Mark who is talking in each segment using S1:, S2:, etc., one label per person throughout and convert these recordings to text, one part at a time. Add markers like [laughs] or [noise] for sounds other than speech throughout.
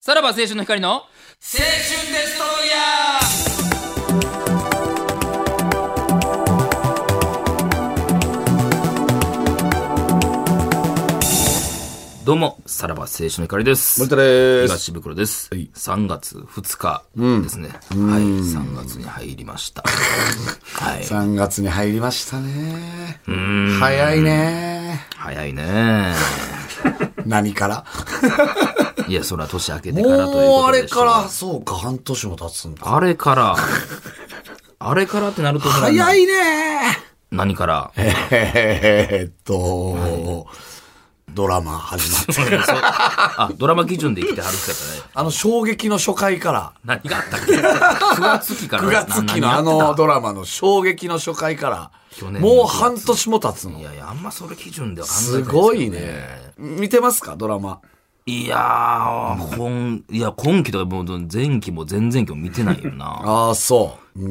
S1: さらば青春の光の青春デストロイヤーどうも、さらば青春の光です。
S2: 森田で
S1: 東
S2: す。
S1: 袋です。
S2: い
S1: 3月2日ですね。はい。3月に入りま
S2: [laughs]
S1: した。はい。
S2: 3月に入りましたね。早いね。
S1: 早いね。
S2: 何から
S1: いや、それは年明けて
S2: も
S1: からという
S2: う
S1: こ
S2: あ
S1: と
S2: れ
S1: でしょう。
S2: から、そうか、半年も経つんだ。
S1: あれから。あれからってなると、
S2: 早
S1: い
S2: いね。
S1: 何から
S2: えーっと、ドラマ始まって。
S1: [laughs] あ、ドラマ基準で生きてはる人やからね。
S2: あの衝撃の初回から、
S1: 何があったっ
S2: [laughs]
S1: け ?9 月期から
S2: 9月期のあ
S1: 何や
S2: の
S1: って
S2: ドラマの衝撃の初回から、
S1: 年の
S2: もう半年も経つ
S1: た
S2: の
S1: い。やいや、あんまそれ基準では考えてな
S2: す
S1: ですけど
S2: ごいね。。見てますか、ドラマ。
S1: いやー、今、いや、今期とかもう前期も前々期も見てないよ
S2: [laughs]
S1: な。
S2: ああ、そう。う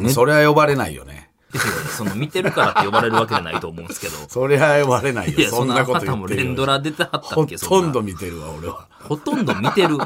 S2: ーん、そりゃ呼ばれないよね。
S1: いやその見てるからって呼ばれるわけじゃないと思うんですけど。
S2: そりゃ呼ばれない
S1: い
S2: よ。
S1: や、
S2: そ
S1: そ
S2: ん
S1: ん
S2: な
S1: な
S2: こ
S1: ことと
S2: 言っ
S1: も
S2: てるよ
S1: 連ドラ出てはった
S2: ほ
S1: っけそ
S2: とん
S1: な
S2: ど見てるわ、俺は。
S1: ほとんど見てる。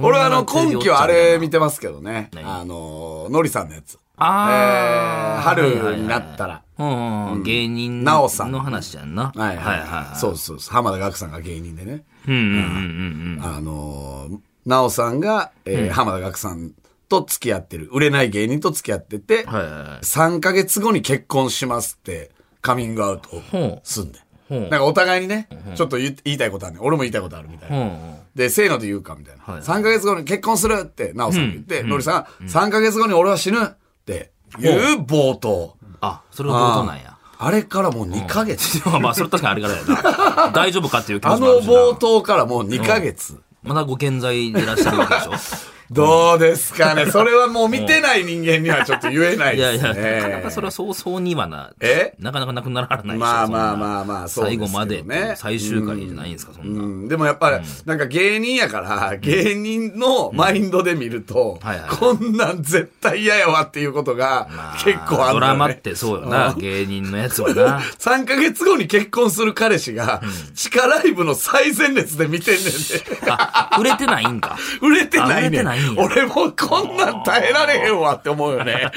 S2: 俺はあの、今期はあれ見
S1: て。
S2: てますけどね。あの、のりさんのやつ。え
S1: あ
S2: ー、
S1: ー。
S2: 春になったら。
S1: うんうん、芸人
S2: なおさん
S1: の話やんな。
S2: はいはい
S1: は
S2: はい。そうそうそう。浜田岳さんが芸人でね。
S1: い。うんうんうん
S2: あの、なおさんが、えー浜田岳さんと付き合ってる。売れない芸人と付き合ってて、
S1: うん。はいはいはい。
S2: 3ヶ月後に結婚しますって、カミングアウトをすんで。
S1: ほう
S2: なんかお互いにね、ちょっと言言いたいことあるね。俺も言いたいことあるみたいな
S1: う。ん
S2: で、せーので言うかみたいな。
S1: はい
S2: 3ヶ月後に結婚するって、なおさんが言って、ノリさんが、3ヶ月後に俺は死ぬって言う冒頭。
S1: あ、それが冒頭なんや。
S2: あれからもう2ヶ月。
S1: でも [laughs] まあ、それ確かにあれからやな。大丈夫かっていう気持
S2: あ
S1: ちもある
S2: の
S1: しな
S2: 冒頭からもう2ヶ月。
S1: まだご健在でいらっしゃるわけで
S2: [laughs]
S1: しょ
S2: どうですかねそれはもう見てない人間にはちょっと言えない
S1: いや
S2: で
S1: い
S2: す
S1: や、
S2: ね。
S1: なかなかそれは早々にはな、
S2: え
S1: なかなかなくならないでしょ
S2: まあ
S1: そんな
S2: まあまあまあそうです
S1: 最
S2: けど
S1: 後
S2: ね
S1: まで、最終回じゃないんですか、そんな。
S2: うん、でもやっぱり、なんか芸人やから、芸人のマインドで見ると、
S1: はいはい
S2: こんなん絶対嫌やわっていうことが
S1: まあ
S2: 結構ある、ね
S1: ドラマってそうよな、芸人のやつはな。
S2: 3ヶ月後に結婚する彼氏が、地下ライブの最前列で見てんねんで、
S1: あ、売れてないんか。
S2: 売れてないねん。
S1: あ売れてないんや
S2: 俺もうこんなん耐えられへんわって思うよね。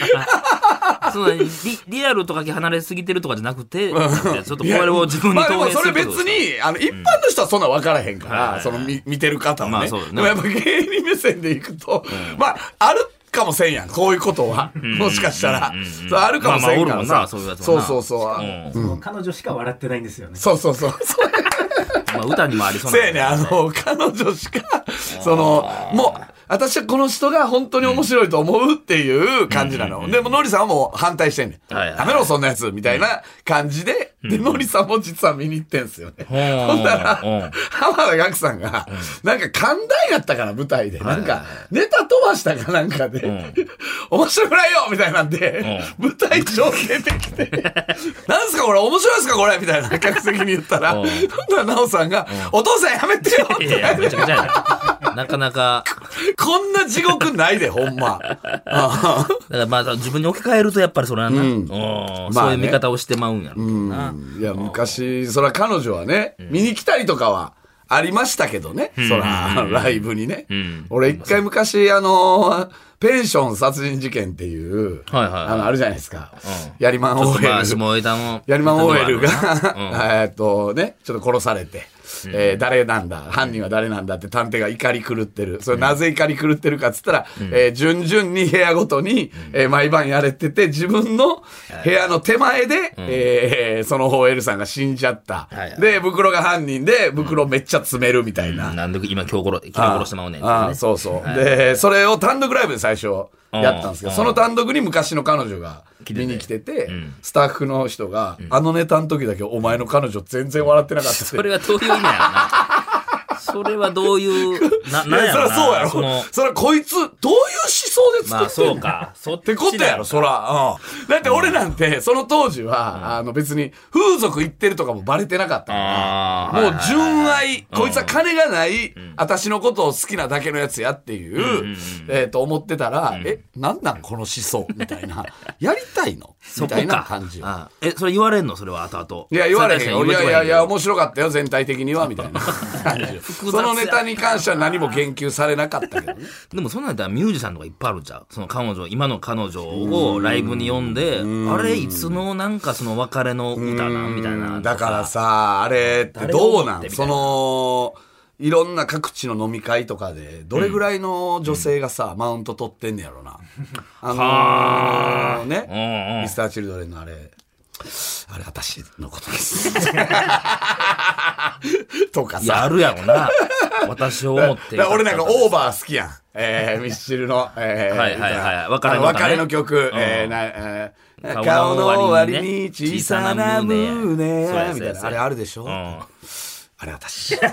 S1: そのリリアルとかけ離れすぎてるとかじゃなくて、ちょっとこれを自分に
S2: まあで
S1: 投
S2: も
S1: 影す
S2: そ
S1: る
S2: れ
S1: って
S2: 別
S1: ことですか
S2: に、あの、一般の人はそんなん分からへんか
S1: はいはいは
S2: ら、
S1: い
S2: その見見てる方
S1: ま
S2: は
S1: あ
S2: ね。
S1: そうだね
S2: でもやっぱ芸人目線でいくと、まあ、あるかもせんやん、こういうことは。もしかしたら。そうあるかもせ
S1: まあま
S2: んか
S1: あおるも
S2: ら
S1: んな
S2: さ。
S1: そういうやつも
S2: そう
S1: な
S2: そうそう。
S3: その彼女しか笑ってないんですよね。
S2: そうそうそう。
S1: まあ、歌にもありそうな
S2: せやねん、あの、彼女しか、その、もう、私はこの人が本当に面白いと思うっていう感じなの。でも、ノリさんはもう反対してんねん。
S1: はいはい
S2: やめろ、そんなやつ、みたいな感じで、で、ノリさんも実は見に行ってんすよね。
S1: ん
S2: ほんなら
S1: うん、
S2: 浜田岳さんが、なんか寛大やったから、舞台で。なんか、ネタ飛ばしたかなんかで、 [laughs] 面白くないよみたいなんで、舞台上出てきて、
S1: [laughs]
S2: なんすかこれ、面白いですかこれみたいな客席に言ったら、
S1: うん
S2: ほんなら、なおさんが、お父さんやめてよっ
S1: いやいや、
S2: て。
S1: めちゃくちゃやな。なかなか、
S2: こんな地獄ないで、ほんま。あ
S1: だからまあ自分に置き換えるとやっぱりそれはな、うんそういう見方をしてまうんやろうな。
S2: ーいや、昔、そら彼女はね、見に来たりとかは、ありましたけどね。そら、ライブにね。俺一回昔、あのー、ペンション殺人事件っていう、
S1: はいはいはい
S2: あの、あるじゃないですか。やりまん
S1: ちょっ
S2: OL
S1: とまあ下枝も。
S2: ヤリマン OL
S1: う
S2: が、
S1: ん
S2: [laughs] えーっとね、ちょっと殺されて、えー誰なんだ、犯人は誰なんだって探偵が怒り狂ってる。それなぜ怒り狂ってるかっつったら、えー順々に部屋ごとに、えー毎晩やれてて、自分の部屋の手前で、えーその OL さんが死んじゃった
S1: はいは。い
S2: で、袋が犯人で、袋めっちゃ詰めるみたい
S1: [laughs]
S2: な。
S1: なんで今今日殺、昨日殺してまうねんってね。
S2: ああそうそう、でそれを単独ライブで最初やったんですけど、
S1: うん
S2: その単独に昔の彼女が見に来てて、スタッフの人が、あのネタの時だけお前の彼女全然笑ってなかったって
S1: それはどういう意味やろな。それはどういう、な、
S2: [laughs] い
S1: なん
S2: や
S1: や
S2: そ
S1: ろ
S2: りゃ
S1: な。
S2: そうやろそ
S1: その
S2: りゃこいつどういう思想
S1: ま
S2: で作
S1: あ
S2: ってん
S1: そ
S2: の
S1: うか。そっ
S2: ってことやろ、そら。うん。だって俺なんて、その当時は、あの別に風俗行ってるとかもバレてなかった
S1: あ
S2: か
S1: ーはい
S2: ら、もう
S1: はい
S2: 純愛、こいつは金がない、私のことを好きなだけのやつやっていう、えっ、と思ってたら、え、なんなんこの思想みたいな。 [laughs] やりたいのみ
S1: そこ
S2: たいな
S1: か。
S2: 感じ。
S1: ああえ、それ言われんのそれは後々。
S2: いや、言われへん
S1: そ
S2: よ。い
S1: 確かに
S2: や
S1: 言
S2: い
S1: わ
S2: やいや、
S1: れて [laughs]
S2: 面白かったよ、全体的には、みたいな感じ。
S1: 複雑
S2: そ
S1: や
S2: のネタに関しては何も言及されなかったけどね。
S1: でもそんなんやったらミュージシャンとかいっぱいあるじゃん。その彼女、今の彼女をライブに呼んで、あれ、いつのなんかその別れの歌なんみたいな。
S2: だからさ、あれってどうな
S1: 誰が思ってみ
S2: ん
S1: た
S2: そ
S1: いな
S2: の、いろんな各地の飲み会とかで、どれぐらいの女性がさ、マウント取ってんねやろな。あ
S1: う
S2: のー、
S1: んう
S2: ね、
S1: ん
S2: ミスターチルドレンのあれ、あれ私のことです。
S1: [laughs]
S2: とか
S1: いや、
S2: さ。
S1: あるやろな。私を思って。
S2: だから俺なんかオーバー好きやん。
S1: [laughs]
S2: えー、ミスチルの、えー、
S1: はいはいはい別
S2: 歌
S1: れの歌ね
S2: あ別れの曲、えー
S1: うん
S2: なえー顔
S1: 顔
S2: の
S1: の
S2: 終
S1: 終
S2: わ
S1: わ
S2: り
S1: り
S2: に
S1: にね
S2: 小さな
S1: 小さな
S2: 胸、
S1: 胸
S2: み
S1: そう
S2: た
S1: や
S2: い
S1: そう
S2: な。
S1: や
S2: あれあるでしょ、
S1: うん。
S2: あれ私。 [laughs]
S1: それ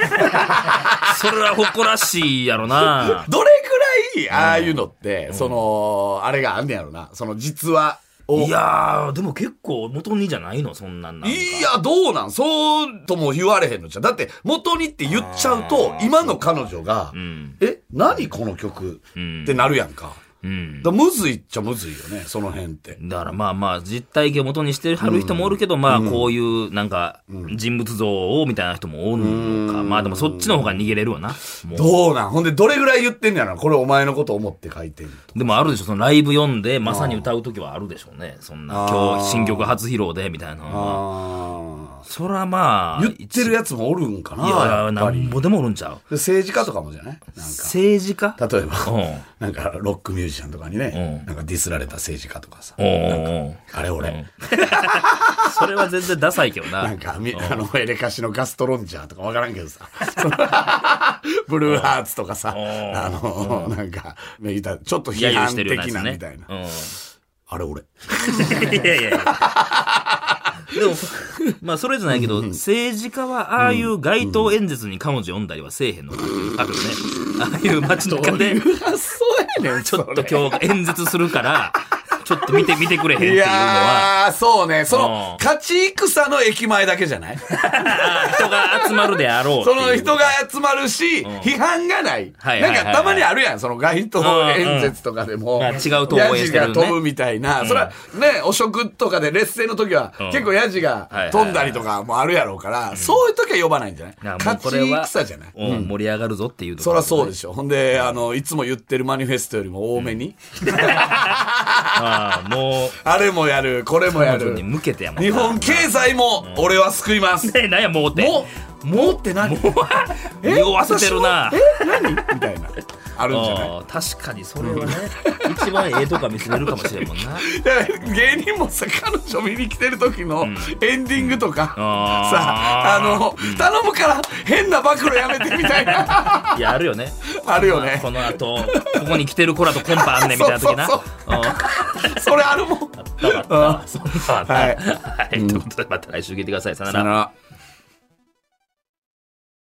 S1: は誇らしいやろ
S2: [laughs]
S1: な。
S2: どれくらい、ああいうのって、その、あれがあんねやろな。その実話を。
S1: いやー、でも結構元にじゃないのそんなんなんか。
S2: いや、どうなんそうとも言われへんのじゃん。だって、元にって言っちゃうと、今の彼女が、
S1: ん
S2: え、何この曲、
S1: ん
S2: ってなるやんか。
S1: うん。
S2: だからむずいっちゃむずいよね、その辺って。
S1: だからまあまあ、実体験を元にしてはる人もおるけど、まあこういうなんか人物像をみたいな人もおるのか。まあでもそっちの方が逃げれるわな。もう
S2: どうなんほんで、どれぐらい言ってんねやろなこれお前のこと思って書いてんの
S1: でもあるでしょ、そのライブ読んで、まさに歌う時はあるでしょうね。そんな、
S2: あー
S1: 今日新曲初披露で、みたいな。
S2: あ
S1: そらまあ、
S2: 言ってるやつもおるんかない
S1: や、
S2: やっ
S1: な
S2: ぱり
S1: んぼでもおるんちゃう。
S2: で政治家とかもじゃないなんか。
S1: 政治家
S2: 例えば、
S1: うん
S2: なんかロックミュージシャンとかにね、
S1: うん
S2: なんかディスられた政治家とかさ、
S1: おうおうおう
S2: あれ俺、
S1: [laughs] それは全然ダサいけどな。
S2: なんかみ、あの、エレカシのガストロンジャーとかわからんけどさ、ブルーハーツとかさ、
S1: ん
S2: あの、なんか、ね言ったらちょっと
S1: 揶
S2: 批
S1: 揄
S2: 判
S1: してるようなや
S2: 的な
S1: つね。
S2: みたいな。あ
S1: [laughs]
S2: れ俺。 [laughs]
S1: うん。いやいやいや。でも、まあそれじゃないけど、政治家はああいう街頭演説に彼女読んだりはせえへんのかっていうあるね。ああいう街中で、
S2: 発想やねん、
S1: ちょっと今日演説するから、ちょっと見て、見てくれへんって
S2: い
S1: いうのは、
S2: やー、そうね。その、
S1: う
S2: 勝ち戦の駅前だけじゃない
S1: ああ人が集まるであろうって
S2: そ
S1: いう。
S2: の人が集まるし、批判がない。
S1: はいはい
S2: な
S1: はい
S2: ん
S1: はい
S2: かたまにあるやん、その街頭演説とかでも。
S1: うんうんまあ違う党を応援してるね
S2: ヤジが飛ぶみたいな。それはね、汚職とかで劣勢の時は、
S1: ん
S2: 結構ヤジが飛んだりとかもあるやろうから、そういう時は呼ばないんじゃない
S1: だからも
S2: 勝
S1: う
S2: ち
S1: これは
S2: 戦じゃない
S1: うん盛り上がるぞっていうとこ
S2: そ
S1: ろ
S2: らそうでしょ。ほんで、あの、いつも言ってるマニフェストよりも多めに、
S1: ああもう
S2: あれもやる、これもや
S1: 彼女
S2: る
S1: に。向けてやもんな
S2: 日本経済も俺は救います。
S1: えなんやもうって
S2: もうもうって何え
S1: 匂わせてるな
S2: 私はえ何みたいなあるんじゃない
S1: ああ確かにそれはね一番ええとか見せれるかもしれんもんな
S2: だから芸人もさ彼女見に来てる時のエンディングとか、
S1: あー
S2: [laughs] さあの頼むから変な暴露やめてみたいな
S1: いやあるよね
S2: あるよね
S1: この後ここに来てる子らとコンパあんねんみたいな時な
S2: [laughs] そうそれあるもん
S1: うんだからそんなのあった
S2: はい
S1: [laughs] はいということでまた来週聞いてくださいさよなら
S2: ら